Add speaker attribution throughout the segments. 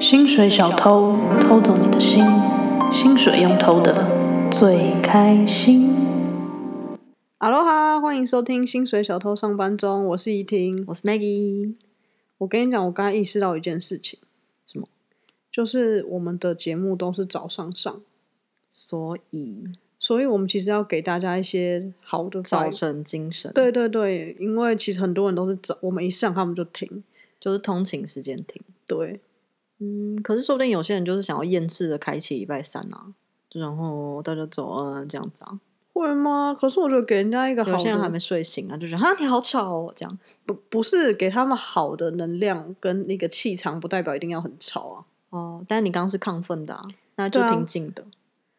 Speaker 1: 薪水小偷偷走你的心，薪水用偷的最开心。哈喽哈，欢迎收听《薪水小偷上班中》，我是怡婷。
Speaker 2: 我是 Maggie。
Speaker 1: 我跟你讲，我刚才意识到一件事情，
Speaker 2: 什么？
Speaker 1: 就是我们的节目都是早上上，
Speaker 2: 所以
Speaker 1: 所以我们其实要给大家一些好的
Speaker 2: 早
Speaker 1: vibe
Speaker 2: 晨精神，，
Speaker 1: 对对对，因为其实很多人都是早，我们一上他们就停。
Speaker 2: 就是通勤时间停。
Speaker 1: 对，
Speaker 2: 嗯，可是说不定有些人就是想要厌世的开启礼拜三啊，就然后大家走啊这样子啊，
Speaker 1: 会吗？可是我觉得给人家一个好
Speaker 2: 有
Speaker 1: 的，
Speaker 2: 些人还没睡醒啊，就觉得啊你好吵哦这样。
Speaker 1: 不不是给他们好的能量跟那个气场，不代表一定要很吵啊。
Speaker 2: 哦，但是你刚刚是亢奋的啊，那就
Speaker 1: 对啊
Speaker 2: 平静的，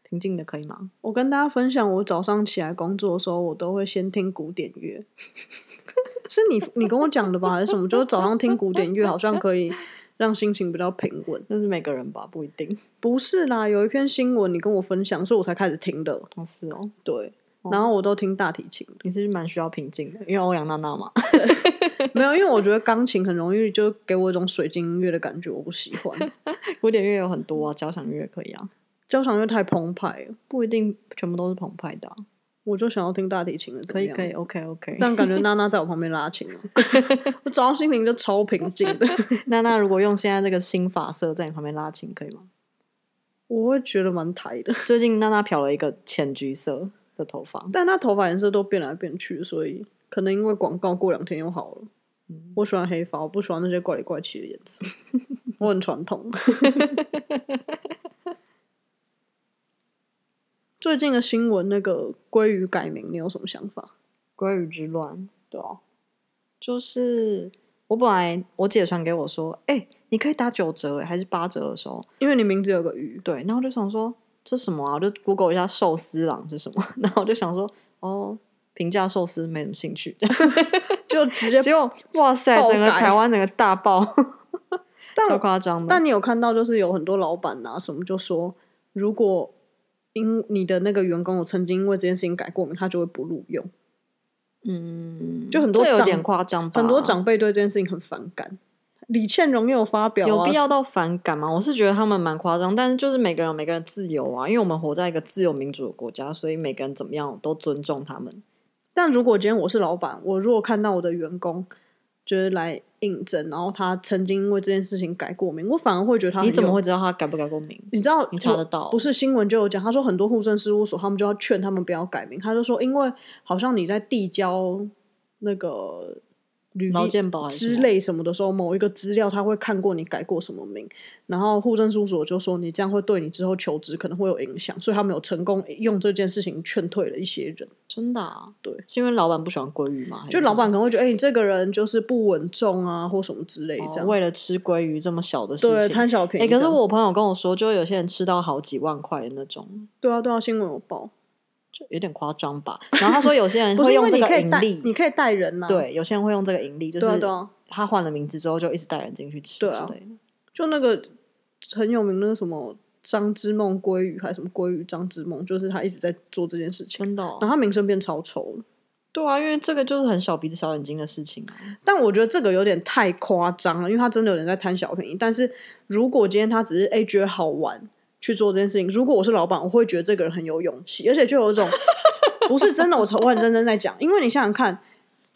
Speaker 2: 平静的可以吗？
Speaker 1: 我跟大家分享，我早上起来工作的时候，我都会先听古典乐。 是你你跟我讲的吧，还是什么？就是早上听古典乐，好像可以让心情比较平稳。
Speaker 2: 那是每个人吧，不一定。
Speaker 1: 不是啦，有一篇新闻你跟我分享，所以我才开始听的。
Speaker 2: 哦，是哦，
Speaker 1: 对，然后我都听大提琴
Speaker 2: 你是蛮需要平静的，因为欧阳娜娜嘛。
Speaker 1: 的，没有，因为我觉得钢琴很容易就给我一种水晶音乐的感觉，我不喜欢。
Speaker 2: 古典乐有很多啊，交响乐也可以啊，
Speaker 1: 交响乐太澎湃了，
Speaker 2: 不一定全部都是澎湃的啊、
Speaker 1: 我就想要听大提琴的，怎
Speaker 2: 可
Speaker 1: 么
Speaker 2: 以
Speaker 1: 样？
Speaker 2: 可以，OK OK
Speaker 1: 这。样感觉娜娜在我旁边拉琴了， 我早上心情就超平静的，
Speaker 2: 那那如果用现在这个新发色在你旁边拉琴，可以吗？
Speaker 1: 我会觉得蛮抬的。
Speaker 2: 最近娜娜漂了一个浅橘色的头发，
Speaker 1: 但她头发颜色都变来变去，所以可能因为广告过两天又好了。
Speaker 2: 嗯
Speaker 1: 我喜欢黑发，我不喜欢那些怪里怪气的颜色， 我很传统。 最近的新闻，那个鲑鱼改名，你有什么想法？
Speaker 2: 鲑鱼之乱。
Speaker 1: 对啊，
Speaker 2: 就是我本来我姐传给我说，哎、你可以打九折、哎，还是八折的时候，
Speaker 1: 因为你名字有个鱼，
Speaker 2: 对，然后我就想说这什么啊，我就 Google 一下寿司郎是什么， 然后我就想说哦，平价寿司没什么兴趣，
Speaker 1: 就直 接。
Speaker 2: 结果哇塞，
Speaker 1: 爆
Speaker 2: 整个
Speaker 1: 改
Speaker 2: 台湾整个大爆，
Speaker 1: 但
Speaker 2: 超
Speaker 1: 我
Speaker 2: 夸张的。
Speaker 1: 但你有看到，就是有很多老板啊什么就说，如果因你的那个员工有曾经因为这件事情改过名，他就会不录用。
Speaker 2: 嗯，
Speaker 1: 就很多
Speaker 2: 这有
Speaker 1: 长
Speaker 2: 点夸张吧，
Speaker 1: 很多长辈对这件事情很反感。李倩蓉也有发表、啊，
Speaker 2: 有必要到反感吗？我是觉得他们蛮夸张，但是就是每个人有每个人自由啊，因为我们活在一个自由民主的国家，所以每个人怎么样我都尊重他们。
Speaker 1: 但如果今天我是老板，我如果看到我的员工就是来应征，然后他曾经因为这件事情改过名，我反而会觉得他很
Speaker 2: 你怎么
Speaker 1: 有？
Speaker 2: 会知道他改不改过名？
Speaker 1: 你知道
Speaker 2: 你查得到
Speaker 1: 不是新闻就有讲，他说很多护政事务所他们就要劝他们不要改名，他就说因为好像你在递交那个履
Speaker 2: 劳
Speaker 1: 历
Speaker 2: 健保还是
Speaker 1: 之
Speaker 2: 什么？
Speaker 1: 类什么的时候，某一个资料他会看过你改过什么名，然后户政事务所就说你这样会对你之后求职可能会有影响，所以他们有成功用这件事情劝退了一些人。
Speaker 2: 真的、啊？
Speaker 1: 对，
Speaker 2: 是因为老板不喜欢鲑鱼吗？还是
Speaker 1: 就老板可
Speaker 2: 什
Speaker 1: 能会觉得，哎、你这个人就是不稳重啊，或什么之类
Speaker 2: 么
Speaker 1: 这
Speaker 2: 哦
Speaker 1: 样。
Speaker 2: 为了吃鲑鱼这么小的事
Speaker 1: 对，
Speaker 2: 情。
Speaker 1: 贪小
Speaker 2: 哎、
Speaker 1: 便宜这样。
Speaker 2: 可是我朋友跟我说，就有些人吃到好几万块的那种，
Speaker 1: 对啊，对啊，新闻有报，
Speaker 2: 就有点夸张吧。然后他说有些 人
Speaker 1: 不
Speaker 2: 会
Speaker 1: 是因
Speaker 2: 用
Speaker 1: 为
Speaker 2: 这
Speaker 1: 你
Speaker 2: 个
Speaker 1: 可以
Speaker 2: 盈
Speaker 1: 带，
Speaker 2: 利，
Speaker 1: 你可以带人呐、啊。
Speaker 2: 对，有些人会用这个盈利，就
Speaker 1: 对啊，
Speaker 2: 是
Speaker 1: 对啊，
Speaker 2: 他换了名字之后就一直带人进去吃之
Speaker 1: 对
Speaker 2: 类
Speaker 1: 啊
Speaker 2: 的。
Speaker 1: 就那个很有名那个什么张之梦鲑鱼还是什么鲑鱼张之梦，就是他一直在做这件事情，
Speaker 2: 真的、哦
Speaker 1: 然，后他名声变超丑了。
Speaker 2: 对啊，因为这个就是很小鼻子小眼睛的事情啊。
Speaker 1: 但我觉得这个有点太夸张了，因为他真的有点在贪小便宜。但是如果今天他只是哎、觉得好玩去做这件事情，如果我是老板，我会觉得这个人很有勇气，而且就有一种不是真的，我我很认真在讲，因为你想想看，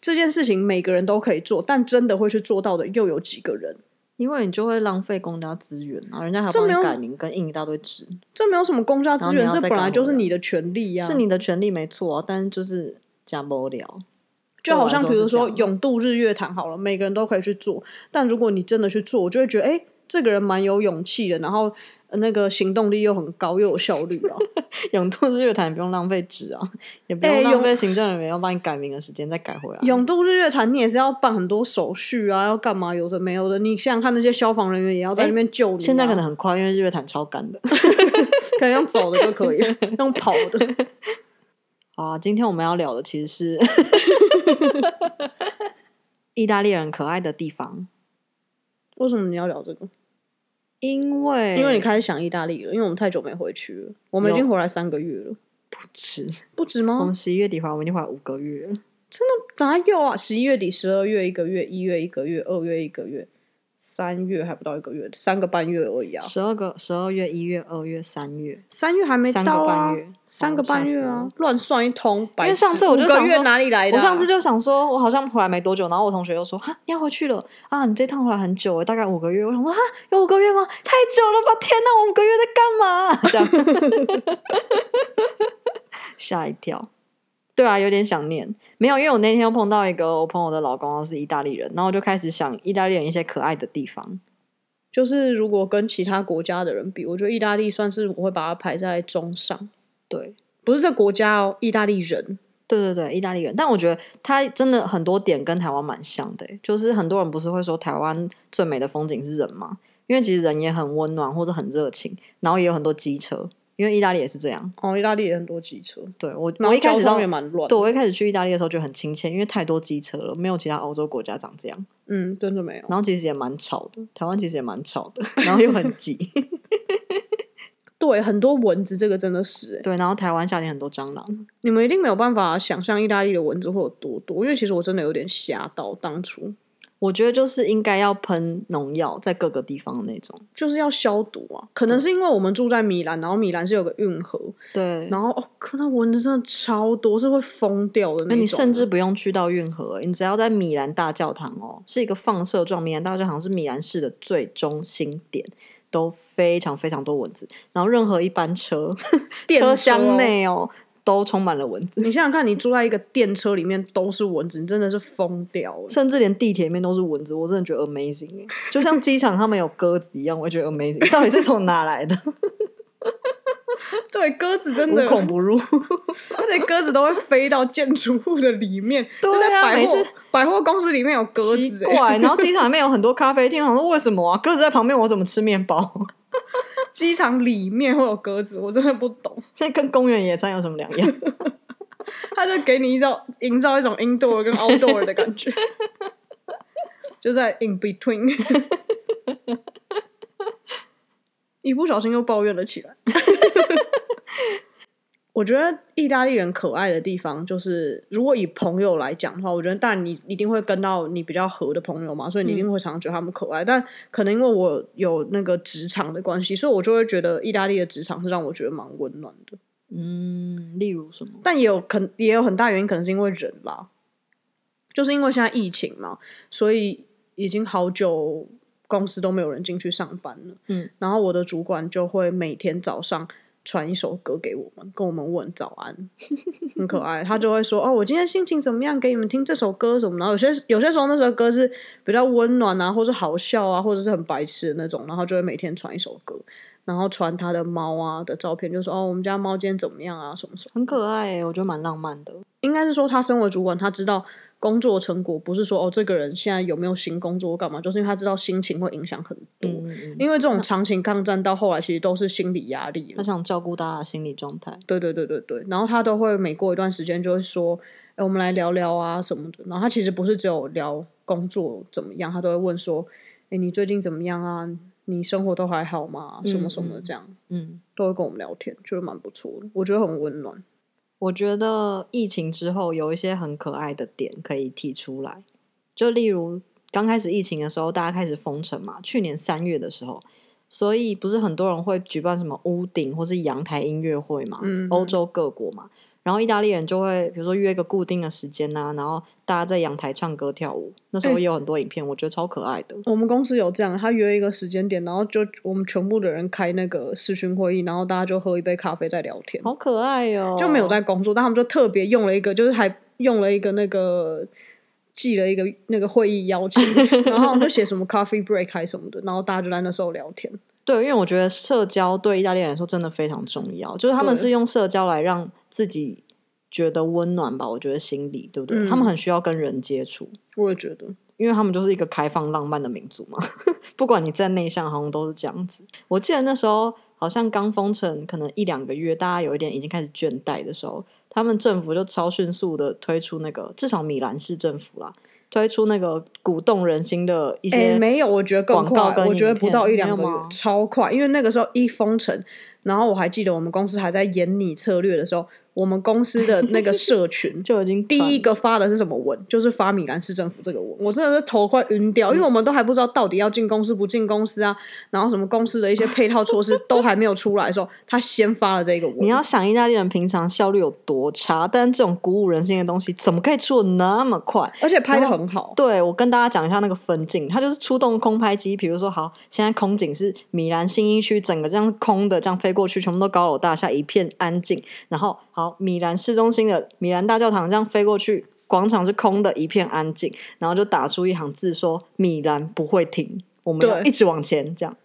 Speaker 1: 这件事情每个人都可以做，但真的会去做到的又有几个人？
Speaker 2: 因为你就会浪费公家资源啊，人家还
Speaker 1: 这
Speaker 2: 帮
Speaker 1: 没有
Speaker 2: 你改名跟印一大堆纸，
Speaker 1: 这没有什么公家资源，
Speaker 2: 然
Speaker 1: 这
Speaker 2: 后你要再
Speaker 1: 本来就是
Speaker 2: 干嘛
Speaker 1: 你的权利呀、
Speaker 2: 是你的权利没错啊，但是就是假无聊。
Speaker 1: 就好像比如说
Speaker 2: 对我来说是这样
Speaker 1: 永渡日月潭好了，每个人都可以去做，但如果你真的去做，我就会觉得，哎、这个人蛮有勇气的，然后呃那个行动力又很高，又有效率 啊。
Speaker 2: 永兔日月潭也不用浪费纸啊，也不
Speaker 1: 哎永
Speaker 2: 用浪费行政人员要帮你改名的时间再改回来。
Speaker 1: 永渡日月潭，你也是要办很多手续啊，要干嘛？有的没有的，你想想看，那些消防人员也要在那边救你啊、
Speaker 2: 现在可能很快，因为日月潭超干的。
Speaker 1: 可能用走的就可 以，用跑的。
Speaker 2: 好啊，今天我们要聊的其实 是意大利人可爱的地方，
Speaker 1: 为什么你要聊这个？
Speaker 2: 因为
Speaker 1: 因为你开始想意大利了，因为我们太久没回去了，我们已
Speaker 2: 有
Speaker 1: 经回来三个月了，
Speaker 2: 吃，
Speaker 1: 不止
Speaker 2: 我
Speaker 1: 吗
Speaker 2: 们？十一月底回来，我们已经回来五个月了。
Speaker 1: 哪有啊？十一月底、十二月一个月，一月一个月，二月一个月，三月还不到一个月，三个半月而已啊，
Speaker 2: 十二个十二月、一月、二月、三月，
Speaker 1: 三月还没
Speaker 2: 三个
Speaker 1: 到啊
Speaker 2: 半月，哦
Speaker 1: 三个半月
Speaker 2: 吓死
Speaker 1: 啊
Speaker 2: 我，
Speaker 1: 乱算一通，因
Speaker 2: 因为上次我就
Speaker 1: 个
Speaker 2: 想
Speaker 1: 月
Speaker 2: 说
Speaker 1: 哪里来的啊、
Speaker 2: 我上次就想说，我好像回来没多久，然后我同学又说哈要回去了啊，你这趟回来很久了，大概五个月。我想说哈有五个月吗？太久了吧！天哪，我五个月在干嘛？这 样吓一跳。对啊，有点想念。没有，因为我那天又碰到一个我朋友的老公是意大利人，然后我就开始想意大利人一些可爱的地方。
Speaker 1: 就是如果跟其他国家的人比，我觉得意大利算是我会把它排在中上，
Speaker 2: 对，
Speaker 1: 不是这国家哦，意大利人。
Speaker 2: 对对对，意大利人，但我觉得他真的很多点跟台湾蛮像的欸，就是很多人不是会说台湾最美的风景是人吗？因为其实人也很温暖或者很热情，然后也有很多机车，因为意大利也是这样。
Speaker 1: 哦，意大利也很多机车，
Speaker 2: 对我，
Speaker 1: 然
Speaker 2: 我
Speaker 1: 后
Speaker 2: 一开
Speaker 1: 交
Speaker 2: 始到
Speaker 1: 通也蛮乱。
Speaker 2: 对，我一开始去意大利的时候就很亲切，因为太多机车了，没有其他欧洲国家长这样。
Speaker 1: 嗯，真的没有。
Speaker 2: 然后其实也蛮吵的，台湾其实也蛮吵的，然后又很挤。
Speaker 1: 对，很多蚊子，这个真的是、欸，
Speaker 2: 对，然后台湾夏天很多蟑螂，
Speaker 1: 你们一定没有办法想象意大利的蚊子会有多多，因为其实我真的有点吓到，当初
Speaker 2: 我觉得就是应该要喷农药在各个地方的那种。
Speaker 1: 就是要消毒啊。可能是因为我们住在米兰，然后米兰是有个运河，
Speaker 2: 对，
Speaker 1: 然后哦，可那蚊子真的超多，是会疯掉的
Speaker 2: 那
Speaker 1: 那种。
Speaker 2: 你甚至不用去到运河，欸你只要在米兰大教堂哦，是一个放射状。米兰大教堂是米兰市的最中心点，都非常非常多蚊子。然后任何一班车
Speaker 1: 电
Speaker 2: 车
Speaker 1: 车
Speaker 2: 厢内哦，都充满了蚊子，
Speaker 1: 你想想看，你住在一个电车里面都是蚊子，你真的是疯掉欸
Speaker 2: 甚至连地铁里面都是蚊子。我真的觉得 amazing，欸就像机场他们有鸽子一样，我也觉得 amazing。到底是从哪来的？
Speaker 1: 对，鸽子真的
Speaker 2: 无 孔，不入。
Speaker 1: 而且鸽子都会飞到建筑物的里面。
Speaker 2: 对啊
Speaker 1: 就在百
Speaker 2: 每
Speaker 1: 货
Speaker 2: 次
Speaker 1: 百货公司里面有鸽
Speaker 2: 奇
Speaker 1: 子、欸，
Speaker 2: 怪，然后 机场里面有很多咖啡厅，我想说为什么啊？鸽子在旁边，我怎么吃面包？
Speaker 1: 机场里面会有鸽子，我真的不懂。
Speaker 2: 那跟公园野餐有什么两样？
Speaker 1: 他就给你一种营造一种 indoor 跟 outdoor 的感觉，就在 in between。一不小心又抱怨了起来。 我觉得意大利人可爱的地方就是，如果以朋友来讲的话，我觉得但你一定会跟到你比较合的朋友嘛，所以你一定会常常觉得他们可爱。但可能因为我有那个职场的关系，所以我就会觉得意大利的职场是让我觉得蛮温暖的。
Speaker 2: 嗯，例如什么？
Speaker 1: 但也有可也有很大原因，可能是因为人啦，就是因为现在疫情嘛，所以已经好久公司都没有人进去上班了。
Speaker 2: 嗯，
Speaker 1: 然后我的主管就会每天早上传一首歌给我们，跟我们问早安，很可爱。他就会说：“哦，我今天心情怎么样？给你们听这首歌什么？”然后有些有些时候那首歌是比较温暖啊，或是好笑啊，或者是很白痴的那种，然后就会每天传一首歌。然后传他的猫啊的照片，就说哦，我们家猫今天怎么样啊，什么什么。
Speaker 2: 很可爱、欸，我觉得蛮浪漫的。
Speaker 1: 应该是说，他身为主管，他知道工作成果不是说哦，这个人现在有没有新工作干嘛，就是因为他知道心情会影响很多。
Speaker 2: 嗯嗯嗯，
Speaker 1: 因为这种长期抗战到后来，其实都是心理压力
Speaker 2: 他
Speaker 1: 了。
Speaker 2: 想照顾大家的心理状态。
Speaker 1: 对对对对对，然后他都会每过一段时间就会说，哎，我们来聊聊啊什么的。然后他其实不是只有聊工作怎么样，他都会问说，哎，你最近怎么样啊？你生活都还好吗？什么什么的这样，
Speaker 2: 嗯，
Speaker 1: 都会跟我们聊天，觉得蛮不错的，我觉得很温暖。
Speaker 2: 我觉得疫情之后有一些很可爱的点可以提出来，就例如刚开始疫情的时候，大家开始封城嘛，去年三月的时候，所以不是很多人会举办什么屋顶或是阳台音乐会嘛，
Speaker 1: 嗯
Speaker 2: 欧洲各国嘛。然后意大利人就会，比如说约一个固定的时间呐、然后大家在阳台唱歌跳舞。那时候
Speaker 1: 哎
Speaker 2: 也有很多影片，我觉得超可爱的。
Speaker 1: 我们公司有这样，他约一个时间点，然后就我们全部的人开那个视讯会议，然后大家就喝一杯咖啡在聊天，
Speaker 2: 好哦可爱哟、
Speaker 1: 就没有在工作，但他们就特别用了一个，就是还用了一个那个寄了一个那个会议邀 请，然后好像就写什么 coffee break 还是什么的，然后大家就在那时候聊天。
Speaker 2: 对，因为我觉得社交对意大利人来说真的非常重要，就是他们
Speaker 1: 对
Speaker 2: 是用社交来让自己觉得温暖吧，我觉得心里对不对？
Speaker 1: 嗯
Speaker 2: 他们很需要跟人接触，
Speaker 1: 我也觉得，
Speaker 2: 因为他们就是一个开放浪漫的民族嘛， 不管你再内向，好像都是这样子。我记得那时候好像刚封城，可能一两个月，大家有一点已经开始倦怠的时候，他们政府就超迅速的推出那个，至少米兰市政府啦，推出那个鼓动人心的一
Speaker 1: 哎、
Speaker 2: 些
Speaker 1: 没有，我觉得更
Speaker 2: 广告
Speaker 1: 快，
Speaker 2: 跟
Speaker 1: 我觉得
Speaker 2: 影片
Speaker 1: 不到一两个
Speaker 2: 没有
Speaker 1: 月
Speaker 2: 吗，
Speaker 1: 超快，因为那个时候一封城，然后我还记得我们公司还在演你策略的时候，我们公司的那个社群
Speaker 2: 就已经
Speaker 1: 第一
Speaker 2: 传
Speaker 1: 个发的是什么文？就是发米兰市政府这个文，我真的是头快晕
Speaker 2: 嗯
Speaker 1: 掉，因为我们都还不知道到底要进公司不进公司啊，然后什么公司的一些配套措施都还没有出来的时候，他先发了这个文。
Speaker 2: 你要想意大利人平常效率有多差，但这种鼓舞人心的东西怎么可以出的那么快？
Speaker 1: 而且拍的很好，
Speaker 2: 对，我跟大家讲一下那个分镜，它就是出动空拍机，比如说好，现在空景是米兰新一区，整个这样空的这样飞过去，全部都高楼大厦，一片安静。然后好，米兰市中心的米兰大教堂这样飞过去，广场是空的，一片安静，然后就打出一行字说：“米兰不会停，我们要
Speaker 1: 对
Speaker 2: 一直往前。”这样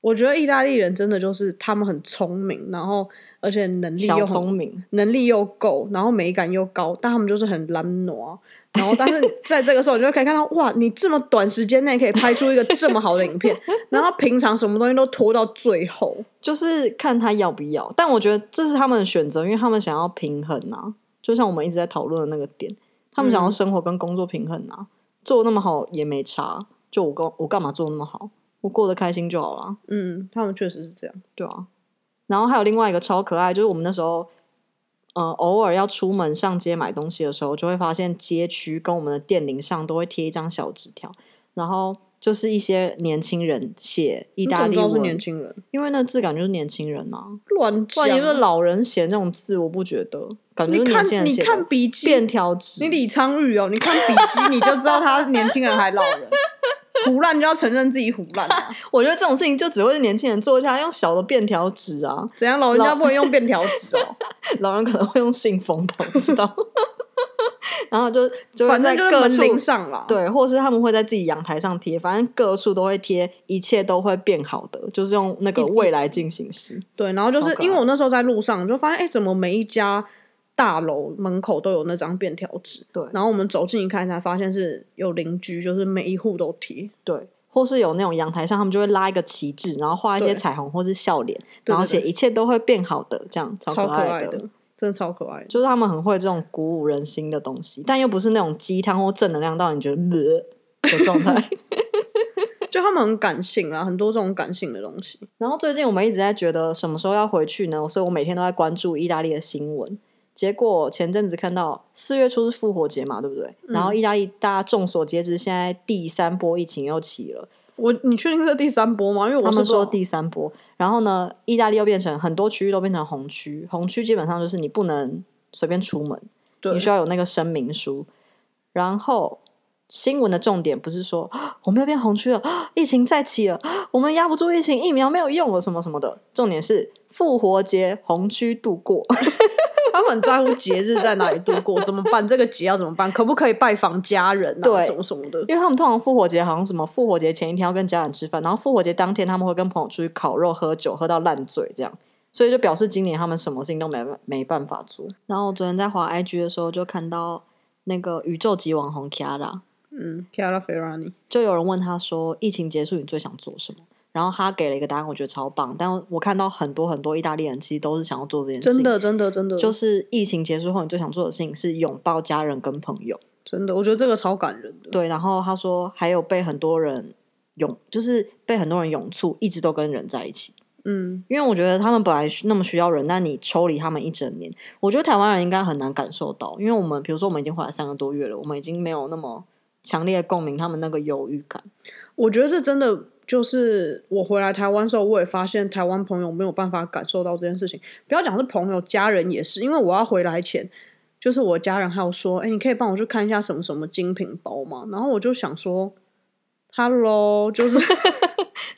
Speaker 1: 我觉得意大利人真的就是他们很聪明，然后而且能力
Speaker 2: 小
Speaker 1: 又
Speaker 2: 聪
Speaker 1: 很
Speaker 2: 明，
Speaker 1: 能力又够，然后美感又高，但他们就是很懒挪。然后，但是在这个时候，你就可以看到，哇，你这么短时间内可以拍出一个这么好的影片，然后平常什么东西都拖到最后，
Speaker 2: 就是看他要不要。但我觉得这是他们的选择，因为他们想要平衡啊，就像我们一直在讨论的那个点，他们想要
Speaker 1: 嗯
Speaker 2: 生活跟工作平衡啊。做那么好也没差，就我干我干嘛做那么好？我过得开心就好了，
Speaker 1: 嗯，他们确实是这样。
Speaker 2: 对啊。然后还有另外一个超可爱，就是我们那时候，呃，偶尔要出门上街买东西的时候，就会发现街区跟我们的店铃上都会贴一张小纸条，然后就是一些年轻人写意
Speaker 1: 你
Speaker 2: 大
Speaker 1: 怎么
Speaker 2: 利
Speaker 1: 知道是
Speaker 2: 文，
Speaker 1: 年轻人？
Speaker 2: 因为那质感就是年轻人啊。
Speaker 1: 乱
Speaker 2: 不然
Speaker 1: 讲！
Speaker 2: 因为老人写那种字，我不觉得，感觉
Speaker 1: 你
Speaker 2: 是年轻
Speaker 1: 看，
Speaker 2: 人
Speaker 1: 你
Speaker 2: 写
Speaker 1: 看
Speaker 2: 的
Speaker 1: 笔记，
Speaker 2: 便条纸。
Speaker 1: 你李昌钰哦，你看笔记你就知道他年轻人还老人，胡乱就要承认自己胡乱、啊，
Speaker 2: 我觉得这种事情就只会是年轻人做一下，用小的便条纸啊，
Speaker 1: 怎样？老人家
Speaker 2: 老
Speaker 1: 不能用便条纸 哦，
Speaker 2: 老人可能会用信封吧，我不知道。 然后就就会
Speaker 1: 反
Speaker 2: 在
Speaker 1: 正就是
Speaker 2: 各
Speaker 1: 门
Speaker 2: 处
Speaker 1: 铃上啦。
Speaker 2: 对，或是他们会在自己阳台上贴，反正各处都会贴，一切都会变好的，就是用那个
Speaker 1: 一
Speaker 2: 未来进行 时。
Speaker 1: 对，然后就是
Speaker 2: 超可爱
Speaker 1: 因为我那时候在路上，就发现哎，诶怎么每一家大楼门口都有那张便条纸？
Speaker 2: 对
Speaker 1: 然后我们走近一看，才发现是有邻居，就是每一户都贴。
Speaker 2: 对，或是有那种阳台上，他们就会拉一个旗帜，然后画一些
Speaker 1: 对
Speaker 2: 彩虹或是笑脸，
Speaker 1: 对
Speaker 2: 然后
Speaker 1: 对
Speaker 2: 写
Speaker 1: 对
Speaker 2: 一切都会变好的，这样
Speaker 1: 超
Speaker 2: 可
Speaker 1: 可
Speaker 2: 爱
Speaker 1: 爱的，真的超可爱的。
Speaker 2: 就是他们很会这种鼓舞人心的东西，但又不是那种鸡汤或正能量到你觉得呃的状态。
Speaker 1: 就他们很感性啦，很多这种感性的东西。
Speaker 2: 然后最近我们一直在觉得什么时候要回去呢，所以我每天都在关注意大利的新闻。结果前阵子看到四月初是复活节嘛，对不对？然
Speaker 1: 嗯
Speaker 2: 后意大利大家众所皆知，现在第三波疫情又起了，
Speaker 1: 我，你确定是第三波吗？因为我
Speaker 2: 他
Speaker 1: 是
Speaker 2: 们说
Speaker 1: 不知道
Speaker 2: 第三波。然后呢，意大利又变成很多区域都变成红区，红区基本上就是你不能随便出门，
Speaker 1: 对
Speaker 2: 你需要有那个声明书。然后新闻的重点不是说啊我们要变红区了，啊疫情再起了，啊我们压不住疫情，疫苗没有用了什么什么的。重点是复活节红区度过，
Speaker 1: 他们很在乎节日在哪里度过，怎么办？这个节要怎么办？可不可以拜访家人啊？
Speaker 2: 对
Speaker 1: 什么什么的。
Speaker 2: 因为他们通常复活节好像什么复活节前一天要跟家人吃饭，然后复活节当天他们会跟朋友出去烤肉、喝酒，喝到烂醉这样。所以就表示今年他们什么事情都没没办法做。然后我昨天在滑 IG 的时候，就看到那个宇宙级网红 Kiara，
Speaker 1: 嗯，Chiara Ferrani，
Speaker 2: 就有人问他说：“疫情结束，你最想做什么？”然后他给了一个答案，我觉得超棒。但我看到很多很多意大利人其实都是想要做这件事情，
Speaker 1: 真的，真的，真的，
Speaker 2: 就是疫情结束后，你最想做的事情是拥抱家人跟朋友。
Speaker 1: 真的，我觉得这个超感人的。
Speaker 2: 对，然后他说还有被很多人拥，就是被很多人拥簇，一直都跟人在一起。
Speaker 1: 嗯，
Speaker 2: 因为我觉得他们本来需那么需要人，但你抽离他们一整年，我觉得台湾人应该很难感受到，因为我们比如说我们已经回来三个多月了，我们已经没有那么强烈的共鸣他们那个忧郁感。
Speaker 1: 我觉得这真的就是我回来台湾的时候，我也发现台湾朋友没有办法感受到这件事情。不要讲是朋友，家人也是，因为我要回来前，就是我家人还有说，哎、你可以帮我去看一下什么什么精品包吗？然后我就想说，Hello，就是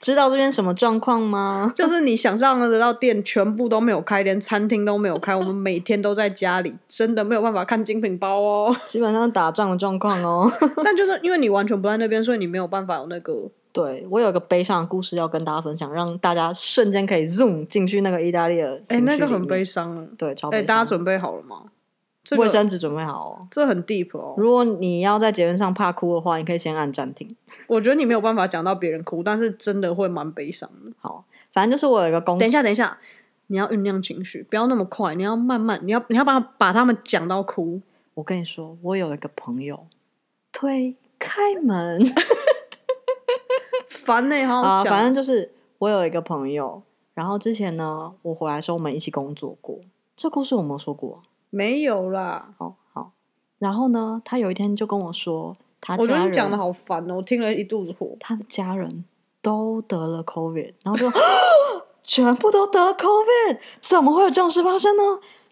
Speaker 2: 知道这边什么状况吗？
Speaker 1: 就是你想象得到店全部都没有开，连餐厅都没有开，我们每天都在家里，真的没有办法看精品包哦。
Speaker 2: 基本上是打仗的状况哦。
Speaker 1: 但就是因为你完全不在那边，所以你没有办法有那个
Speaker 2: 对我有一个悲伤的故事要跟大家分享，让大家瞬间可以 zoom 进去那个意大利的
Speaker 1: 哎、
Speaker 2: 情绪
Speaker 1: 那个
Speaker 2: 里
Speaker 1: 很
Speaker 2: 面
Speaker 1: 悲，伤啊。
Speaker 2: 对，超
Speaker 1: 哎、
Speaker 2: 悲
Speaker 1: 大家
Speaker 2: 伤。
Speaker 1: 准备好了吗？这
Speaker 2: 卫
Speaker 1: 个
Speaker 2: 生纸准备好哦。
Speaker 1: 这很 deep 哦。
Speaker 2: 如果你要在节目上怕哭的话，你可以先按暂停。
Speaker 1: 我觉得你没有办法讲到别人哭，但是真的会蛮悲伤的。
Speaker 2: 好，反正就是我有一个工
Speaker 1: 等一下，等一下，你要酝酿情绪，不要那么快，你要慢慢，你要你要把把他们讲到哭。
Speaker 2: 我跟你说，我有一个朋友推开门
Speaker 1: 烦呢、好
Speaker 2: 啊，
Speaker 1: 好讲。
Speaker 2: 反正就是我有一个朋友，然后之前呢，我回来的时候我们一起工作过，这故事我没有说过。
Speaker 1: 没有啦。
Speaker 2: 哦，好。然后呢，他有一天就跟我说，他
Speaker 1: 我觉
Speaker 2: 啊家
Speaker 1: 得
Speaker 2: 人
Speaker 1: 你讲的好烦哦，我听了一肚子火。
Speaker 2: 他的家人都得了 COVID，然后就 全部都得了 COVID，怎么会有这种事发生呢？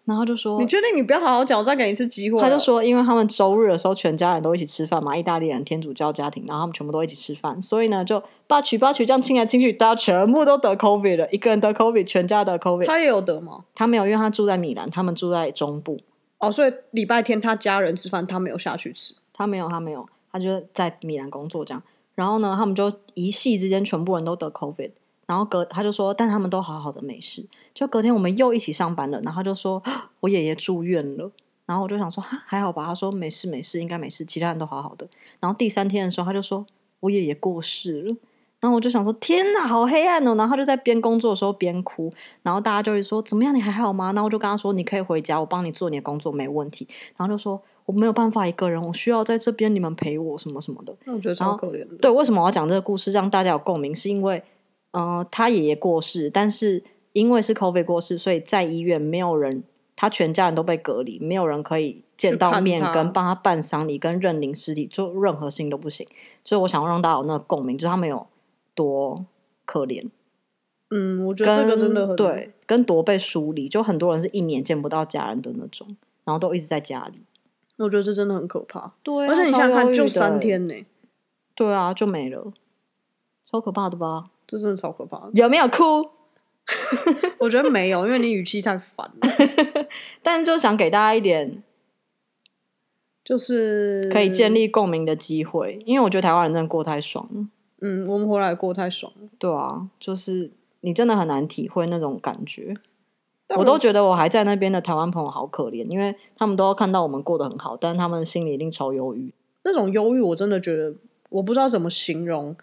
Speaker 2: 然后就啊说
Speaker 1: 你，确定你不要好好讲？我再给你一次机会。
Speaker 2: 他就，说，因为他们周日的时候全家人都一起吃饭嘛，意大利人天主教家庭，然后他们全部都一起吃饭，所以呢就把曲把曲这样亲来亲去，大家全部都得 COVID 了，一个人得 COVID，全家得 COVID。他
Speaker 1: 他也有得吗？
Speaker 2: 没有，因为他住在米兰，他们住在中部，
Speaker 1: 哦，所以礼拜天他家人吃饭，他没有下去吃。
Speaker 2: 他没有，他没有，他就在米兰工作这样。然后呢，他们就一夕之间全部人都得 COVID，然后隔他就说，但他们都好好的没事。就隔天我们又一起上班了，然后他就说啊我爷爷住院了，然后我就想说哈还好吧，他说没事没事，应该没事，其他人都好好的。然后第三天的时候，他就说我爷爷过世了。然后我就想说，天哪，好黑暗哦！然后他就在边工作的时候边哭，然后大家就会说怎么样，你还好吗？然后我就跟他说，你可以回家，我帮你做你的工作，没问题。然后就说我没有办法一个人，我需要在这边你们陪我什么什么的。
Speaker 1: 那我觉得
Speaker 2: 然
Speaker 1: 超
Speaker 2: 后
Speaker 1: 可怜的。
Speaker 2: 对，为什么我要讲这个故事让大家有共鸣？是因为，呃，他爷爷过世，但是因为是 COVID 过世，所以在医院没有人，他全家人都被隔离，没有人可以见到面
Speaker 1: 去看，他
Speaker 2: 跟帮他办丧礼，跟认领尸体，做任何事情都不行。所以我想要让大家有那个共鸣，就是他们有多可怜。
Speaker 1: 嗯，我觉
Speaker 2: 跟
Speaker 1: 得这个真的很
Speaker 2: 对，跟多被疏离，就很多人是一年见不到家人的那种，然后都一直在家里。
Speaker 1: 我觉得这真的很可怕。
Speaker 2: 对啊
Speaker 1: 而且你想想看，就三
Speaker 2: 三，
Speaker 1: 天呢，
Speaker 2: 对啊，就没了，超可怕的吧？
Speaker 1: 这真的超可怕的。
Speaker 2: 有没有哭？
Speaker 1: 我觉得没有，因为你语气太烦了。
Speaker 2: 但就想给大家一点
Speaker 1: 就是
Speaker 2: 可以建，立共鸣的机会，因为我觉得台湾人真的过太爽了，
Speaker 1: 嗯，我们回来过太爽了。
Speaker 2: 对啊，就是你真的很难体会那种感觉。
Speaker 1: 但
Speaker 2: 我都觉得我还在那边的台湾朋友好可怜，因为他们都要看到我们过得很好，但是他们心里一定超忧郁。
Speaker 1: 那种忧郁，我真的觉得我不知道怎么形容，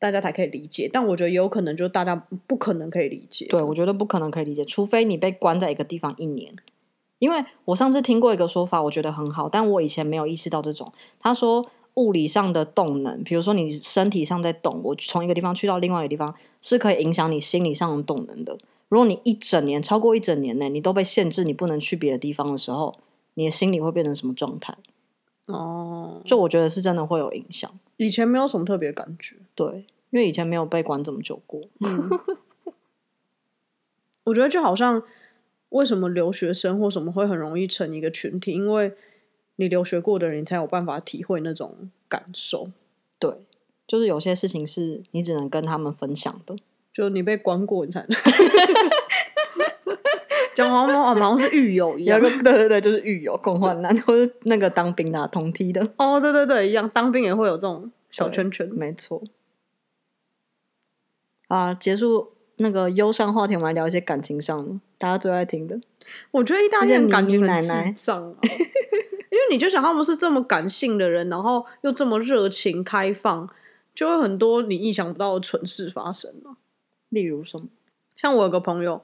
Speaker 1: 大家才可以理解。但我觉得也有可能，就是大家不可能可以理解。
Speaker 2: 对，我觉得不可能可以理解，除非你被关在一个地方一年。因为我上次听过一个说法，我觉得很好，但我以前没有意识到这种。他说物理上的动能，比如说你身体上在动，我从一个地方去到另外一个地方，是可以影响你心理上的动能的。如果你一整年超过一整年内，你都被限制，你不能去别的地方的时候，你的心理会变成什么状态？
Speaker 1: 哦，
Speaker 2: 就我觉得是真的会有影响。
Speaker 1: 以前没有什么特别感觉。
Speaker 2: 对，因为以前没有被关这么久过。
Speaker 1: 我觉得就好像为什么留学生或什么会很容易成一个群体，因为你留学过的人，你才有办法体会那种感受。
Speaker 2: 对，就是有些事情是你只能跟他们分享的。
Speaker 1: 就你被关过，你才能 讲好像我们好像是狱友一样
Speaker 2: 有一。个 对对对，就是狱友共患难，或是那个当兵的啊、同梯的
Speaker 1: 哦，对对对，一样，当兵也会有这种小
Speaker 2: 对
Speaker 1: 圈圈。
Speaker 2: 没错。啊，结束那个忧伤话题，我们来聊一些感情上的，大家最爱听的。
Speaker 1: 我觉得意大利人感觉很智
Speaker 2: 那些泥泥
Speaker 1: 障啊，因为你就想他们是这么感性的人，然后又这么热情开放，就会很多你意想不到的蠢事发生啊
Speaker 2: 例如什么？
Speaker 1: 像我有个朋友，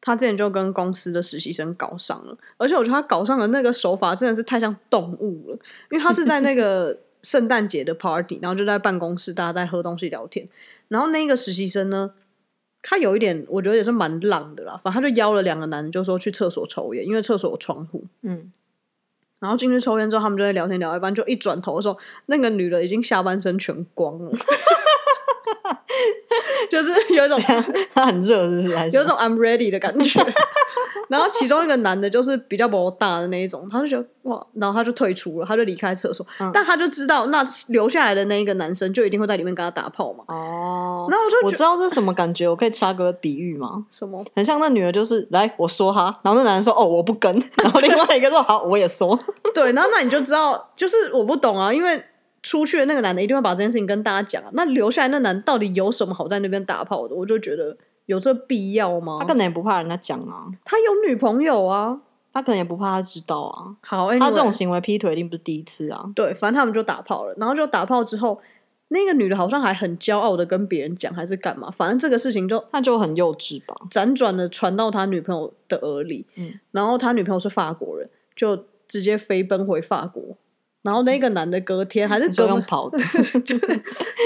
Speaker 1: 他之前就跟公司的实习生搞上了，而且我觉得他搞上的那个手法真的是太像动物了，因为他是在那个圣诞节的 party，然后就在办公室大家在喝东西聊天，然后那个实习生呢，他有一点我觉得也是蛮浪的啦，反正他就邀了两个男人，就说去厕所抽烟，因为厕所有窗户，
Speaker 2: 嗯，
Speaker 1: 然后进去抽烟之后，他们就在聊天聊到一半，就一转头的时候，那个女的已经下半身全光了， 就是有一种
Speaker 2: 他很热是不是？还是
Speaker 1: 有一种 I'm ready 的感觉。 然后其中一个男的，就是比较不大的那一种，他就觉得哇，然后他就退出了，他就离开厕所，
Speaker 2: 嗯
Speaker 1: 但他就知道那留下来的那一个男生就一定会在里面跟他打炮嘛。
Speaker 2: 哦，
Speaker 1: 然后我就
Speaker 2: 我
Speaker 1: 觉
Speaker 2: 知道这是什么感觉，我可以插个比喻吗？
Speaker 1: 什么？
Speaker 2: 很像那女的，就是来我说哈，然后那男人说哦我不跟， 然后另外一个说好我也说，
Speaker 1: 对，然后那你就知道，就是我不懂啊，因为出去的那个男的一定会把这件事情跟大家讲啊，那留下来那男到底有什么好在那边打炮的？我就觉得有这必要吗
Speaker 2: 他？可能也不怕人家讲啊，
Speaker 1: 他有女朋友啊。
Speaker 2: 他可能也不怕他知道啊。
Speaker 1: 好，
Speaker 2: 他这
Speaker 1: anyway
Speaker 2: 种行为劈腿一定不是第一次啊。
Speaker 1: 对，反正他们就打炮了，然后就打炮之后，那个女的好像还很骄傲的跟别人讲，还是干嘛？反正这个事情就
Speaker 2: 那就很幼稚吧？
Speaker 1: 辗转的传到他女朋友的耳里，
Speaker 2: 嗯
Speaker 1: 然后他女朋友是法国人，就直接飞奔回法国。然后那个男的隔天还是
Speaker 2: 你 就
Speaker 1: 隔
Speaker 2: 嗯用 跑的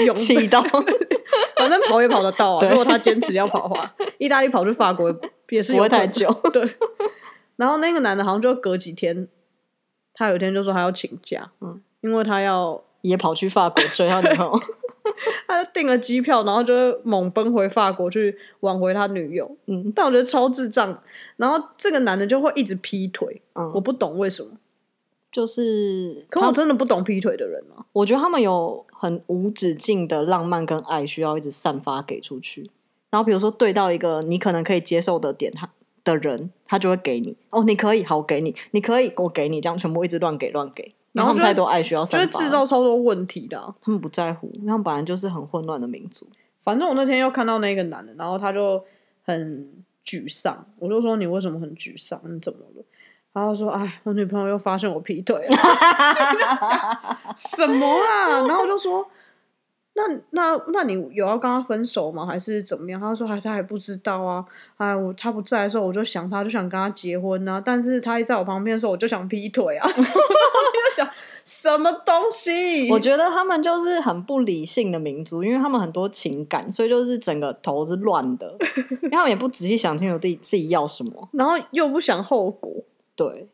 Speaker 1: 泳，
Speaker 2: 气到，
Speaker 1: 反正跑也跑得到啊。
Speaker 2: 对
Speaker 1: 如果他坚持要跑的话，意大利跑去法国也是
Speaker 2: 不
Speaker 1: 有
Speaker 2: 会
Speaker 1: 可
Speaker 2: 太
Speaker 1: 能
Speaker 2: 久。
Speaker 1: 对，然后那个男的好像就隔几天，他有一天就说他要请假，
Speaker 2: 嗯，
Speaker 1: 因为他要
Speaker 2: 也跑去法国追他女朋友，
Speaker 1: 他就订了机票，然后就猛奔回法国去挽回他女友。
Speaker 2: 嗯
Speaker 1: 但我觉得超智障。然后这个男的就会一直劈腿，我
Speaker 2: 嗯，
Speaker 1: 不懂为什么。
Speaker 2: 就是
Speaker 1: 可
Speaker 2: 他
Speaker 1: 我真的不懂劈腿的人啊。
Speaker 2: 我觉得他们有很无止境的浪漫跟爱，需要一直散发给出去。然后比如说对到一个你可能可以接受的点，他的人他就会给你哦，你可以，好，我给你，你可以，我给你，这样全部一直乱给乱给，
Speaker 1: 然
Speaker 2: 然
Speaker 1: 后
Speaker 2: 后
Speaker 1: 就
Speaker 2: 他们
Speaker 1: 会
Speaker 2: 太多爱需要
Speaker 1: 就会
Speaker 2: 散发哦
Speaker 1: 制
Speaker 2: 了，
Speaker 1: 造超多问题的啊、
Speaker 2: 他们不在乎，因为他们本来就是很混乱的民族。
Speaker 1: 反正我那天又看到那个男的，然后他就很沮丧，我就说你为什么很沮丧？你怎么了？然后他说：“哎，我女朋友又发现我劈腿了。”什么啊？然后我就说：“那那那你有要跟他分手吗？还是怎么样？”他说：“还他还不知道啊。哎，我他不在的时候，我就想他，就想跟他结婚啊。但是他一在我旁边的时候，我就想劈腿啊。” 我就想什么东西？
Speaker 2: 我觉得他们就是很不理性的民族，因为他们很多情感，所以就是整个头是 乱的，因为他们也不仔细想清楚自己自己要什么，
Speaker 1: 然后又不想后果。
Speaker 2: 对，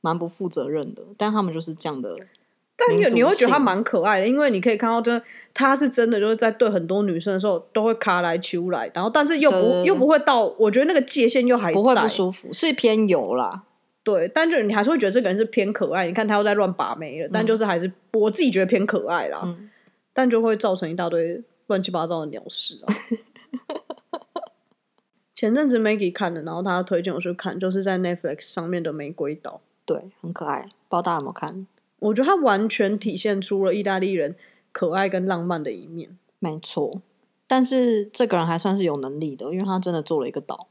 Speaker 2: 蛮不负责任的。但他们就是这样的，
Speaker 1: 但
Speaker 2: 民
Speaker 1: 有
Speaker 2: 族
Speaker 1: 你会觉得他
Speaker 2: 性
Speaker 1: 蛮可爱的，因为你可以看到，真的他是真的就是在对很多女生的时候都会卡来求来，然后但是又不
Speaker 2: 对对对
Speaker 1: 又不会到，我觉得那个界限又还在，
Speaker 2: 呃不会不舒服，是偏油啦。
Speaker 1: 对，但就是你还是会觉得这个人是偏可爱。你看他又在乱把妹了，但就是还是我自己觉得偏可爱啦，
Speaker 2: 嗯
Speaker 1: 但就会造成一大堆乱七八糟的鸟事 啊。前阵子 Maggie 看的，然后他推荐我去看，就是在 Netflix 上面的《玫瑰岛》。
Speaker 2: 对，很可爱。不知道大家有没有看？
Speaker 1: 我觉得它完全体现出了意大利人可爱跟浪漫的一面。
Speaker 2: 没错，但是这个人还算是有能力的，因为他真的做了一个岛。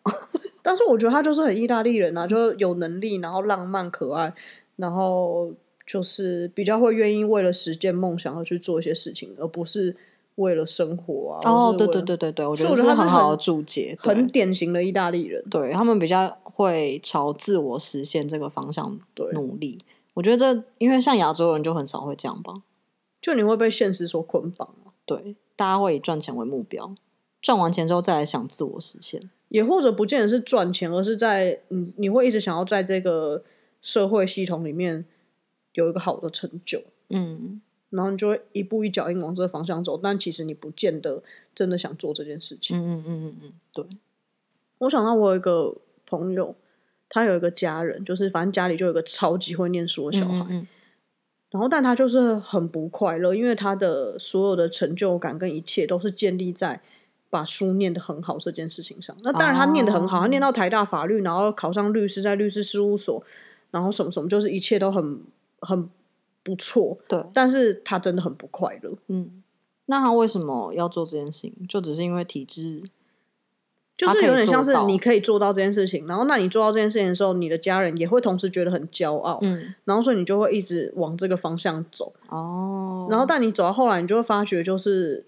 Speaker 1: 但是我觉得他就是很意大利人
Speaker 2: 嗯
Speaker 1: 啊，就是有能力，然后浪漫可爱，然后就是比较会愿意为了实现梦想而去做一些事情，而不是为了生活啊。
Speaker 2: 哦，
Speaker 1: 或是
Speaker 2: 对
Speaker 1: 为
Speaker 2: 对
Speaker 1: 了，
Speaker 2: 对对对，我觉
Speaker 1: 所以我
Speaker 2: 得
Speaker 1: 觉
Speaker 2: 是
Speaker 1: 得他是
Speaker 2: 很好的
Speaker 1: 很
Speaker 2: 注解，对
Speaker 1: 很典型的意大利人。
Speaker 2: 对他们比较会朝自我实现这个方向
Speaker 1: 对
Speaker 2: 努力。我觉得这，因为像亚洲人就很少会这样吧。
Speaker 1: 就你会被现实所捆绑啊、
Speaker 2: 对，大家会以赚钱为目标，赚完钱之后再来想自我实现。
Speaker 1: 也或者不见得是赚钱，而是在你你会一直想要在这个社会系统里面有一个好的成就。
Speaker 2: 嗯，
Speaker 1: 然后你就会一步一脚印往这个方向走，但其实你不见得真的想做这件事情。
Speaker 2: 嗯嗯嗯嗯嗯，对，
Speaker 1: 我想到我有一个朋友，他有一个家人，就是反正家里就有一个超级会念书的小孩，
Speaker 2: 嗯嗯嗯
Speaker 1: 然后但他就是很不快乐，因为他的所有的成就感跟一切都是建立在把书念得很好这件事情上。那当然他念得很好，他
Speaker 2: 哦
Speaker 1: 念到台大法律，然后考上律师，在律师事务所，然后什么什么，就是一切都很很不错，
Speaker 2: 对，
Speaker 1: 但是他真的很不快乐。
Speaker 2: 嗯。那他为什么要做这件事情？就只是因为体制，
Speaker 1: 就是有点像是
Speaker 2: 他可以做到
Speaker 1: 你可以做到这件事情，然后那你做到这件事情的时候，你的家人也会同时觉得很骄傲，
Speaker 2: 嗯，
Speaker 1: 然后所以你就会一直往这个方向走。
Speaker 2: 哦，
Speaker 1: 然后但你走到后来，你就会发觉，就是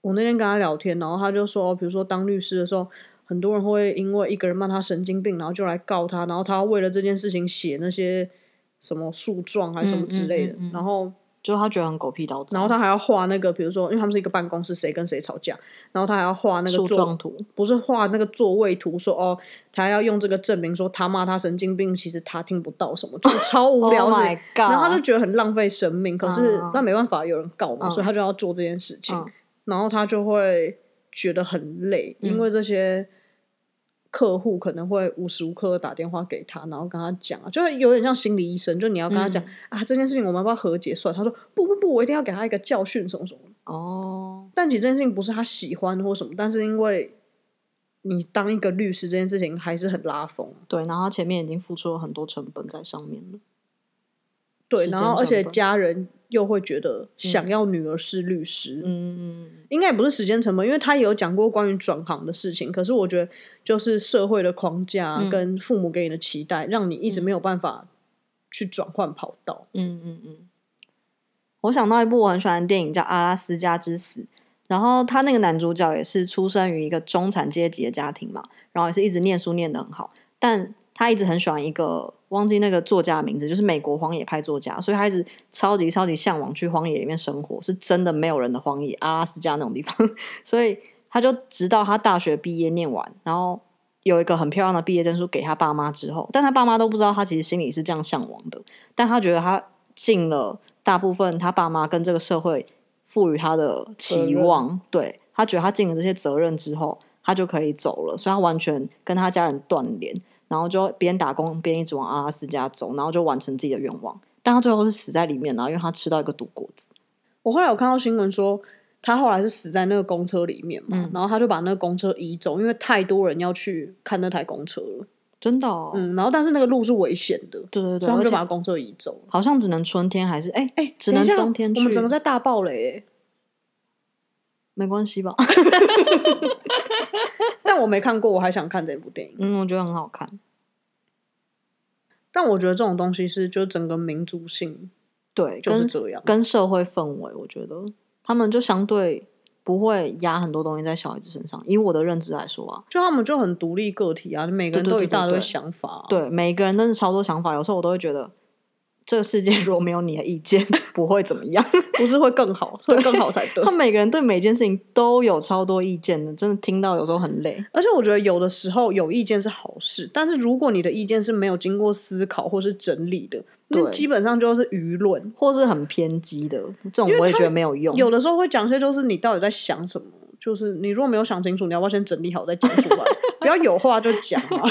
Speaker 1: 我那天跟他聊天，然后他就说，哦比如说当律师的时候，很多人会因为一个人骂他神经病，然后就来告他，然后他为了这件事情写那些什么诉状还是什么之类的，
Speaker 2: 嗯嗯嗯嗯
Speaker 1: 然后。
Speaker 2: 就他觉得很狗屁倒灶，
Speaker 1: 然后他还要画那个，比如说，因为他们是一个办公室，谁跟谁吵架，然后他还要画那个
Speaker 2: 树
Speaker 1: 作
Speaker 2: 状图，
Speaker 1: 不是画那个座位图说哦，他要用这个证明说他骂他神经病，其实他听不到什么，就是超无聊
Speaker 2: Oh
Speaker 1: 是。
Speaker 2: my god！
Speaker 1: 然后他就觉得很浪费生命，可是
Speaker 2: 嗯
Speaker 1: 那没办法，有人告嘛，
Speaker 2: 嗯
Speaker 1: 所以他就要做这件事情，
Speaker 2: 嗯
Speaker 1: 然后他就会觉得很累，
Speaker 2: 嗯
Speaker 1: 因为这些客户可能会无时无刻地打电话给他，然后跟他讲啊，就是有点像心理医生，就你要跟他讲、
Speaker 2: 嗯
Speaker 1: 啊，这件事情我们要不要和解算了？他说不不不，我一定要给他一个教训什么什么的。
Speaker 2: 哦，
Speaker 1: 但其实这件事情不是他喜欢或什么，但是因为你当一个律师这件事情还是很拉风，
Speaker 2: 对，然后他前面已经付出了很多成本在上面了，
Speaker 1: 对，
Speaker 2: 时间
Speaker 1: 然后而且
Speaker 2: 成本
Speaker 1: 家人又会觉得想要女儿是律师，
Speaker 2: 嗯，
Speaker 1: 应该也不是时间成本，因为他也有讲过关于转行的事情。可是我觉得就是社会的框架
Speaker 2: 嗯
Speaker 1: 跟父母给你的期待，让你一直没有办法去转换跑道。
Speaker 2: 嗯嗯嗯。我想到一部我很喜欢的电影叫《阿拉斯加之死》，然后他那个男主角也是出生于一个中产阶级的家庭嘛，然后也是一直念书念得很好，但他一直很喜欢一个忘记那个作家的名字，就是美国荒野派作家，所以他一直超级超级向往去荒野里面生活，是真的没有人的荒野，阿拉斯加那种地方，所以他就直到他大学毕业念完，然后有一个很漂亮的毕业证书给他爸妈之后，但他爸妈都不知道他其实心里是这样向往的，但他觉得他尽了大部分他爸妈跟这个社会赋予他的期望，对他觉得他尽了这些责任之后，他就可以走了，所以他完全跟他家人断联，然后就边打工边一直往阿拉斯加走，然后就完成自己的愿望，但他最后是死在里面，然后因为他吃到一个毒果子，
Speaker 1: 我后来有看到新闻说，他后来是死在那个公车里面嘛，
Speaker 2: 嗯
Speaker 1: 然后他就把那个公车移走，因为太多人要去看那台公车了。
Speaker 2: 真的、哦，
Speaker 1: 嗯，然后但是那个路是危险的，
Speaker 2: 对
Speaker 1: 所
Speaker 2: 对对，
Speaker 1: 以他们
Speaker 2: 而
Speaker 1: 就
Speaker 2: 且
Speaker 1: 把公车移走了。
Speaker 2: 好像只能春天还是哎哎、只
Speaker 1: 等
Speaker 2: 能
Speaker 1: 一下
Speaker 2: 冬天去，
Speaker 1: 我们整个在大爆雷、欸，
Speaker 2: 没关 系吧？
Speaker 1: 但我没看过，我还想看这部电影。
Speaker 2: 嗯，我觉得很好看。
Speaker 1: 但我觉得这种东西是，就整个民族性
Speaker 2: 对，
Speaker 1: 就是
Speaker 2: 跟
Speaker 1: 这样。
Speaker 2: 跟社会氛围，我觉得他们就相对不会压很多东西在小孩子身上。以我的认知来说啊，
Speaker 1: 就他们就很独立个体啊，每个人
Speaker 2: 对对
Speaker 1: 都有一
Speaker 2: 对对
Speaker 1: 大堆
Speaker 2: 对
Speaker 1: 想法啊、
Speaker 2: 对每个人都是超多想法，有时候我都会觉得。这个世界如果没有你的意见， 不会怎么 样。
Speaker 1: 不是会更 好，会更好才对
Speaker 2: 他。每个人对每件事情都有超多意见的，真的听到有时候很累。
Speaker 1: 而且我觉得有的时候有意见是好事，但是如果你的意见是没有经过思考或是整理的，那
Speaker 2: 对
Speaker 1: 基本上就是舆论。
Speaker 2: 或是很偏激的这种
Speaker 1: 因为，
Speaker 2: 我也
Speaker 1: 他
Speaker 2: 觉得没有用。
Speaker 1: 有的时候会讲一些就是你到底在想什么，就是你如果没有想清楚，你要不要先整理好再讲出来， 不要有话就讲啊。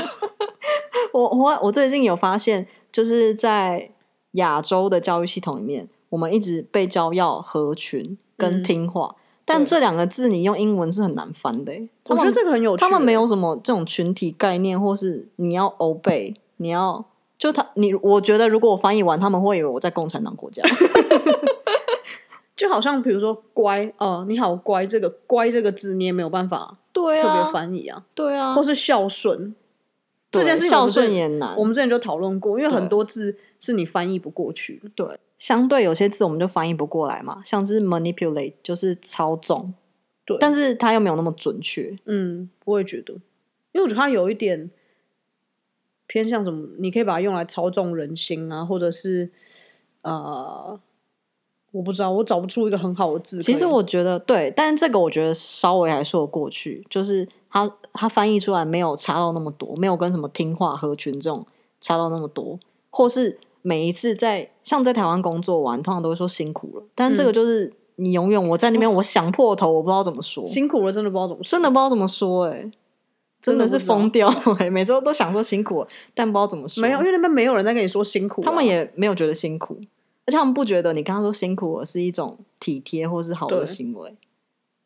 Speaker 2: 我我我最近有发现，就是在亚洲的教育系统里面，我们一直被教要合群跟
Speaker 1: 嗯
Speaker 2: 听话，但这两个字你用英文是很难翻的欸、
Speaker 1: 我
Speaker 2: 他
Speaker 1: 觉
Speaker 2: 们
Speaker 1: 得这个很有趣，欸
Speaker 2: 他们没有什么这种群体概念，或是你要 obey，你要就他你，我觉得如果我翻译完，他们会以为我在共产党国家。
Speaker 1: 就好像比如说乖哦、你好乖，这个乖这个字你也没有办法
Speaker 2: 对
Speaker 1: 特
Speaker 2: 啊，
Speaker 1: 别翻译啊，
Speaker 2: 对啊，
Speaker 1: 或是孝顺这
Speaker 2: 对
Speaker 1: 件事情我
Speaker 2: 孝
Speaker 1: 们是
Speaker 2: 顺也难
Speaker 1: 我。们之前就讨论过，因为
Speaker 2: 啊对
Speaker 1: 很多字是你翻译不过去的。
Speaker 2: 对，相对有些字我们就翻译不过来嘛，像是 manipulate 就是操纵，
Speaker 1: 对
Speaker 2: 但是它又没有那么准确。
Speaker 1: 嗯，我也觉得，因为我觉得它有一点偏向什么，你可以把它用来操纵人心啊，或者是呃，我不知道，我找不出一个很好的字可以。
Speaker 2: 其实我觉得对，但是这个我觉得稍微还说得过去，就是他他翻译出来没有差到那么多，没有跟什么听话、合群这种差到那么多，或是每一次在像在台湾工作完，通常都会说辛苦了，但这个就是、你永远我在那边，我想破头，我不知道怎么说，
Speaker 1: 辛苦了，真的不知道怎么说
Speaker 2: 真的不知道怎么说、欸，真
Speaker 1: 真
Speaker 2: 的
Speaker 1: 的
Speaker 2: 是
Speaker 1: 不知道
Speaker 2: 疯掉、欸，每次都想说辛苦了，但不知道怎么说，
Speaker 1: 没有，因为那边没有人在跟你说辛苦啊、
Speaker 2: 他们也没有觉得辛苦，而且他们不觉得你跟他说辛苦了是一种体贴或是好
Speaker 1: 对
Speaker 2: 的行为。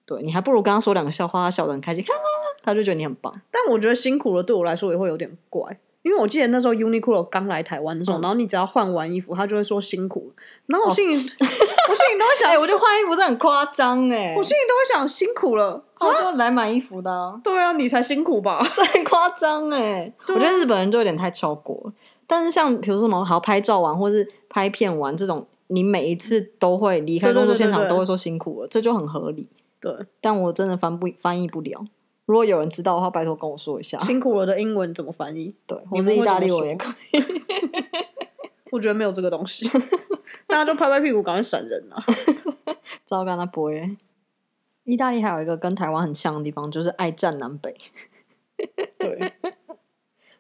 Speaker 2: 对你还不如跟他说两个笑话，他笑得很开心，哈哈哈他就觉得你很棒。
Speaker 1: 但我觉得辛苦了对我来说也会有点怪，因为我记得那时候 Uniqlo 刚来台湾的时候，
Speaker 2: 嗯哦
Speaker 1: 然后你只要换完衣服，他就会说辛苦了，然后我心里、我心里都会
Speaker 2: 哎、
Speaker 1: 想，
Speaker 2: 我觉得换衣服是很夸张哎，
Speaker 1: 我心里都会想辛苦了。
Speaker 2: 我就来买衣服的啊、
Speaker 1: 对啊，你才辛苦吧？
Speaker 2: 这很夸张哎。
Speaker 1: 对
Speaker 2: 我
Speaker 1: 啊
Speaker 2: 觉得日本人就有点太超过了，但是像比如说什么好拍照完或是拍片完这种，你每一次都会离开
Speaker 1: 对对
Speaker 2: 工作
Speaker 1: 对
Speaker 2: 现
Speaker 1: 对
Speaker 2: 场
Speaker 1: 对
Speaker 2: 都会说辛苦了，这就很合理。
Speaker 1: 对，
Speaker 2: 但我真的翻不翻译不了，如果有人知道的话，拜托跟我说一下。
Speaker 1: 辛苦了的英文怎么翻译？
Speaker 2: 对，
Speaker 1: 你
Speaker 2: 我
Speaker 1: 们
Speaker 2: 是意
Speaker 1: 会
Speaker 2: 大
Speaker 1: 怎么
Speaker 2: 利文
Speaker 1: 说
Speaker 2: 也可以。
Speaker 1: 我觉得没有这个东 西，大家就拍拍屁股，赶快闪人啊！
Speaker 2: 糟糕，那不会。意大利还有一个跟台湾很像的地方，就是爱站南北。
Speaker 1: 对，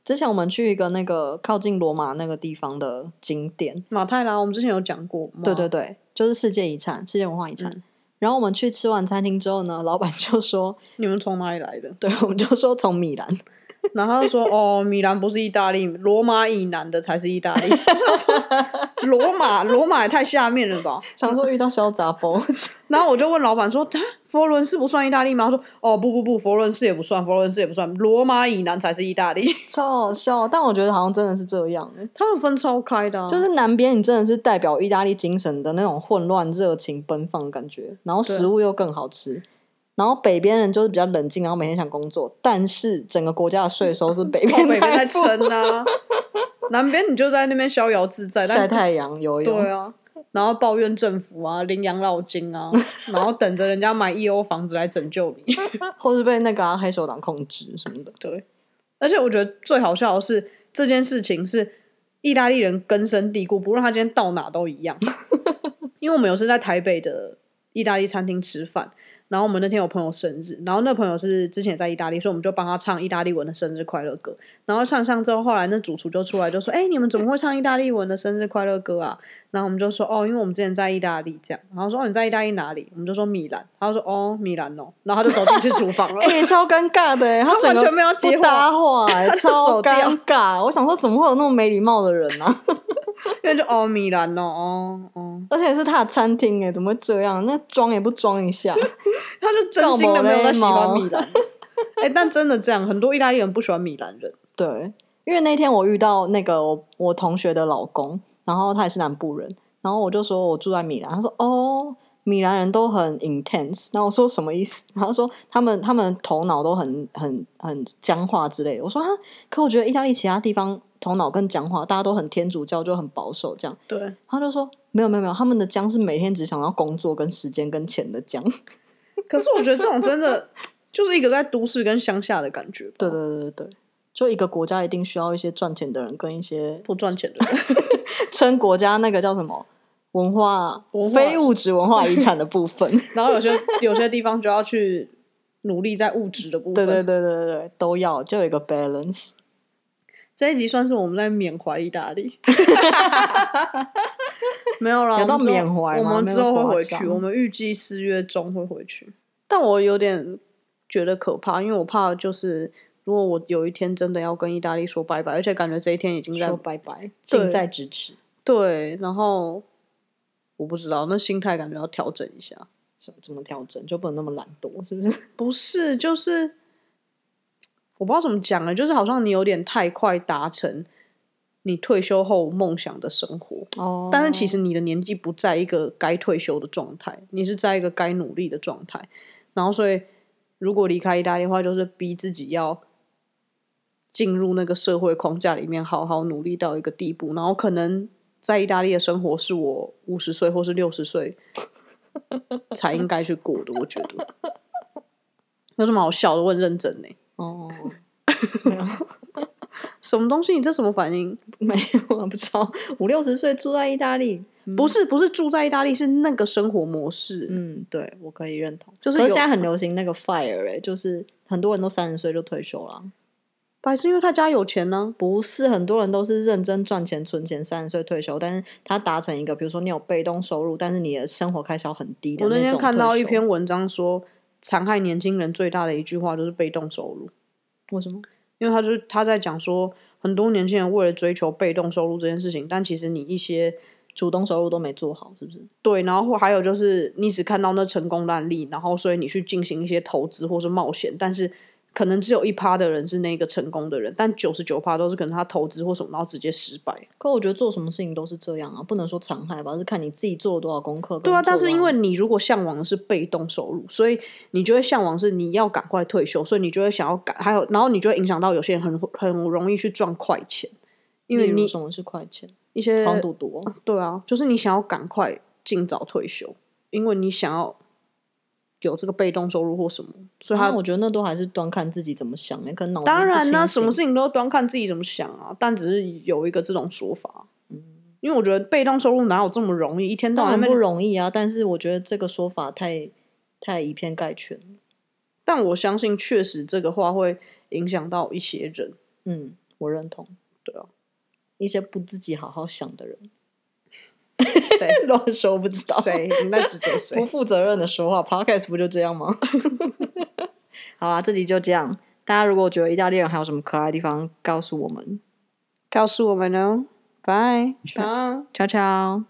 Speaker 2: 之前我们去一个那个靠近罗马那个地方的景点，
Speaker 1: 马泰拉，我们之前有讲过吗？
Speaker 2: 对对对，就是世界遗产、世界文化遗产。
Speaker 1: 嗯
Speaker 2: 然后我们去吃完餐厅之后呢，老板就说，
Speaker 1: 你们从哪里来的？
Speaker 2: 对，我们就说从米兰，
Speaker 1: 然后他就说：“哦，米兰不是意大利，罗马以南的才是意大利。我想说”罗马，罗马也太下面了吧？
Speaker 2: 想说遇到小杂包，
Speaker 1: 然后我就问老板说：“他佛罗伦斯不算意大利吗？”他说：“哦，不不不，佛罗伦斯也不算，佛罗伦斯也不算，罗马以南才是意大利。
Speaker 2: 超好笑。但我觉得好像真的是这样、欸，
Speaker 1: 他们分超开的、啊，
Speaker 2: 就是南边你真的是代表意大利精神的那种混乱、热情、奔放的感觉，然后
Speaker 1: 对
Speaker 2: 食物又更好吃。然后北边人就是比较冷静，然后每天想工作，但是整个国家的税收是北
Speaker 1: 靠
Speaker 2: 边
Speaker 1: 哦北边在
Speaker 2: 付
Speaker 1: 撑啊，南边你就在那边逍遥自在，但
Speaker 2: 晒太阳、游泳。
Speaker 1: 对啊，然后抱怨政府啊，领养老金 啊，然后等着人家买一欧房子来拯救你。
Speaker 2: 或是被那个、啊、黑手党控制什么的。
Speaker 1: 对，而且我觉得最好笑的是这件事情是意大利人根深蒂固，不论他今天到哪都一样。因为我们有是在台北的意大利餐厅吃饭。然后我们那天有朋友生日，然后那朋友是之前也在意大利，所以我们就帮他唱意大利文的生日快乐歌。然后唱唱之后，后来那主厨就出来就说：“哎、你们怎么会唱意大利文的生日快乐歌啊？”然后我们就说：“哦，因为我们之前在意大利这样。”然后说：“哦，你在意大利哪里？”我们就说米兰。他就说：“哦，米兰哦。”然后他就走进去厨房了。
Speaker 2: 哎、超尴尬的、欸，
Speaker 1: 他
Speaker 2: 整
Speaker 1: 完
Speaker 2: 个
Speaker 1: 全没有接
Speaker 2: 不搭话、 欸，
Speaker 1: 他就
Speaker 2: 超
Speaker 1: 走掉
Speaker 2: 尴尬。我想说，怎么会有那么没礼貌的人呢、啊？
Speaker 1: 因为就哦米兰哦哦哦，
Speaker 2: 而且是他的餐厅，哎，怎么会这样？那装也不装一下，
Speaker 1: 他就真心的没有在喜欢米兰。 哎、但真的这样，很多意大利人不喜欢米兰人。
Speaker 2: 对，因为那天我遇到那个我我同学的老公，然后他也是南部人，然后我就说我住在米兰，他说哦，米兰人都很 intense，然后我说什么意思？ 然后他说他们他们头脑都很很很僵化之类的。我说啊，可我觉得意大利其他地方头脑更僵化，大家都很天主教，就很保守这样。
Speaker 1: 对，
Speaker 2: 他就说没有没有没有，他们的僵是每天只想要工作跟时间跟钱的僵。
Speaker 1: 可是我觉得这种真的 就是一个在都市跟乡下的感觉吧。
Speaker 2: 对对对对对，就一个国家一定需要一些赚钱的人跟一些
Speaker 1: 不赚钱的人，
Speaker 2: 称国家那个叫什么文化
Speaker 1: 文化
Speaker 2: 非物质文化遗产的部 分。
Speaker 1: 然后有些有些地方就要去努力在物质的部分。
Speaker 2: 对对对对对对，都要就有一个 balance。
Speaker 1: 这一集算是我们在缅怀意大利。 没有啦，
Speaker 2: 有到
Speaker 1: 我们之后
Speaker 2: 缅怀吗
Speaker 1: 我们之后会回
Speaker 2: 没有那么夸
Speaker 1: 去，
Speaker 2: 张
Speaker 1: 我们预计四月中会回去。但我有点觉得可怕，因为我怕就是如果我有一天真的要跟意大利说拜拜，而且感觉这一天已经在
Speaker 2: 说拜拜，近在咫尺。
Speaker 1: 对，然后我不知道那心态感觉要调整一下。
Speaker 2: 怎么怎么调整就不能那么懒惰，是不是？
Speaker 1: 不是，就是我不知道怎么讲啊，就是好像你有点太快达成你退休后梦想的生活。
Speaker 2: 哦
Speaker 1: 但是其实你的年纪不在一个该退休的状态，你是在一个该努力的状态。然后，所以如果离开意大利的话，就是逼自己要进入那个社会框架里面，好好努力到一个地步。然后，可能在意大利的生活是我五十岁或是六十岁 才应该去过的，我觉得。有什么好笑的？问认真欸呢、
Speaker 2: 哦，
Speaker 1: 什么东西？你这什么反应？
Speaker 2: 没有，不知道五六十岁住在意大利，
Speaker 1: 不是，不是住在意大利，是那个生活模式。
Speaker 2: 嗯，对我可以认同。
Speaker 1: 就是
Speaker 2: 可
Speaker 1: 有
Speaker 2: 现在很流行那个 fire，哎、就是很多人都三十岁就退休了啊。
Speaker 1: 白是因为他家有钱呢、
Speaker 2: 不是很多人都是认真赚钱、存钱，三十岁退休，但是他达成一个，比如说你有被动收入，但是你的生活开销很低的
Speaker 1: 我那
Speaker 2: 种退休。
Speaker 1: 天看到一篇文章说，残害年轻人最大的一句话就是被动收入，
Speaker 2: 为什么？
Speaker 1: 因为他就是他在讲说，很多年轻人为了追求被动收入这件事情，但其实你一些
Speaker 2: 主动收入都没做好，是不是？
Speaker 1: 对，然后或还有就是你只看到那成功的案例，然后所以你去进行一些投资或是冒险，但是可能只有一趴的人是那个成功的人，但九十九趴都是可能他投资或什么，然后直接失败。
Speaker 2: 可我觉得做什么事情都是这样啊，不能说残害吧，而是看你自己做了多少功课。
Speaker 1: 对啊，
Speaker 2: 跟
Speaker 1: 但
Speaker 2: 做
Speaker 1: 是因
Speaker 2: 完
Speaker 1: 为你如果向往的是被动收入，所以你就会向往是你要赶快退休，所以你就会想要赶，还有然后你就会影响到有些人很很容易去赚快钱，因为
Speaker 2: 例如
Speaker 1: 你
Speaker 2: 什么是快钱，
Speaker 1: 一些
Speaker 2: 黄赌毒哦，
Speaker 1: 对啊，就是你想要赶快尽早退休，因为你想要有这个被动收入或什么，所以他、
Speaker 2: 但啊我觉得那都还是端看自己怎么想的，可能脑子
Speaker 1: 当然
Speaker 2: 呢、
Speaker 1: 呢，什么事情都端看自己怎么想啊，但只是有一个这种说法，嗯，因为我觉得被动收入哪有这么容易，一天到晚
Speaker 2: 当然
Speaker 1: 那
Speaker 2: 不
Speaker 1: 边
Speaker 2: 容易啊，但是我觉得这个说法太太以偏概全了。
Speaker 1: 但我相信确实这个话会影响到一些人。
Speaker 2: 嗯，我认同。
Speaker 1: 对啊，
Speaker 2: 一些不自己好好想的人，
Speaker 1: 谁？
Speaker 2: 乱说不知道，
Speaker 1: 谁？你在指责
Speaker 2: 不
Speaker 1: 谁？
Speaker 2: 负责任的说话，Podcast 不就这样吗？ 好啦，这集就这样。大家如果觉得意大利人还有什么可爱的地方，告诉我们。
Speaker 1: 告诉我们哦。拜，拜。
Speaker 2: 悄悄。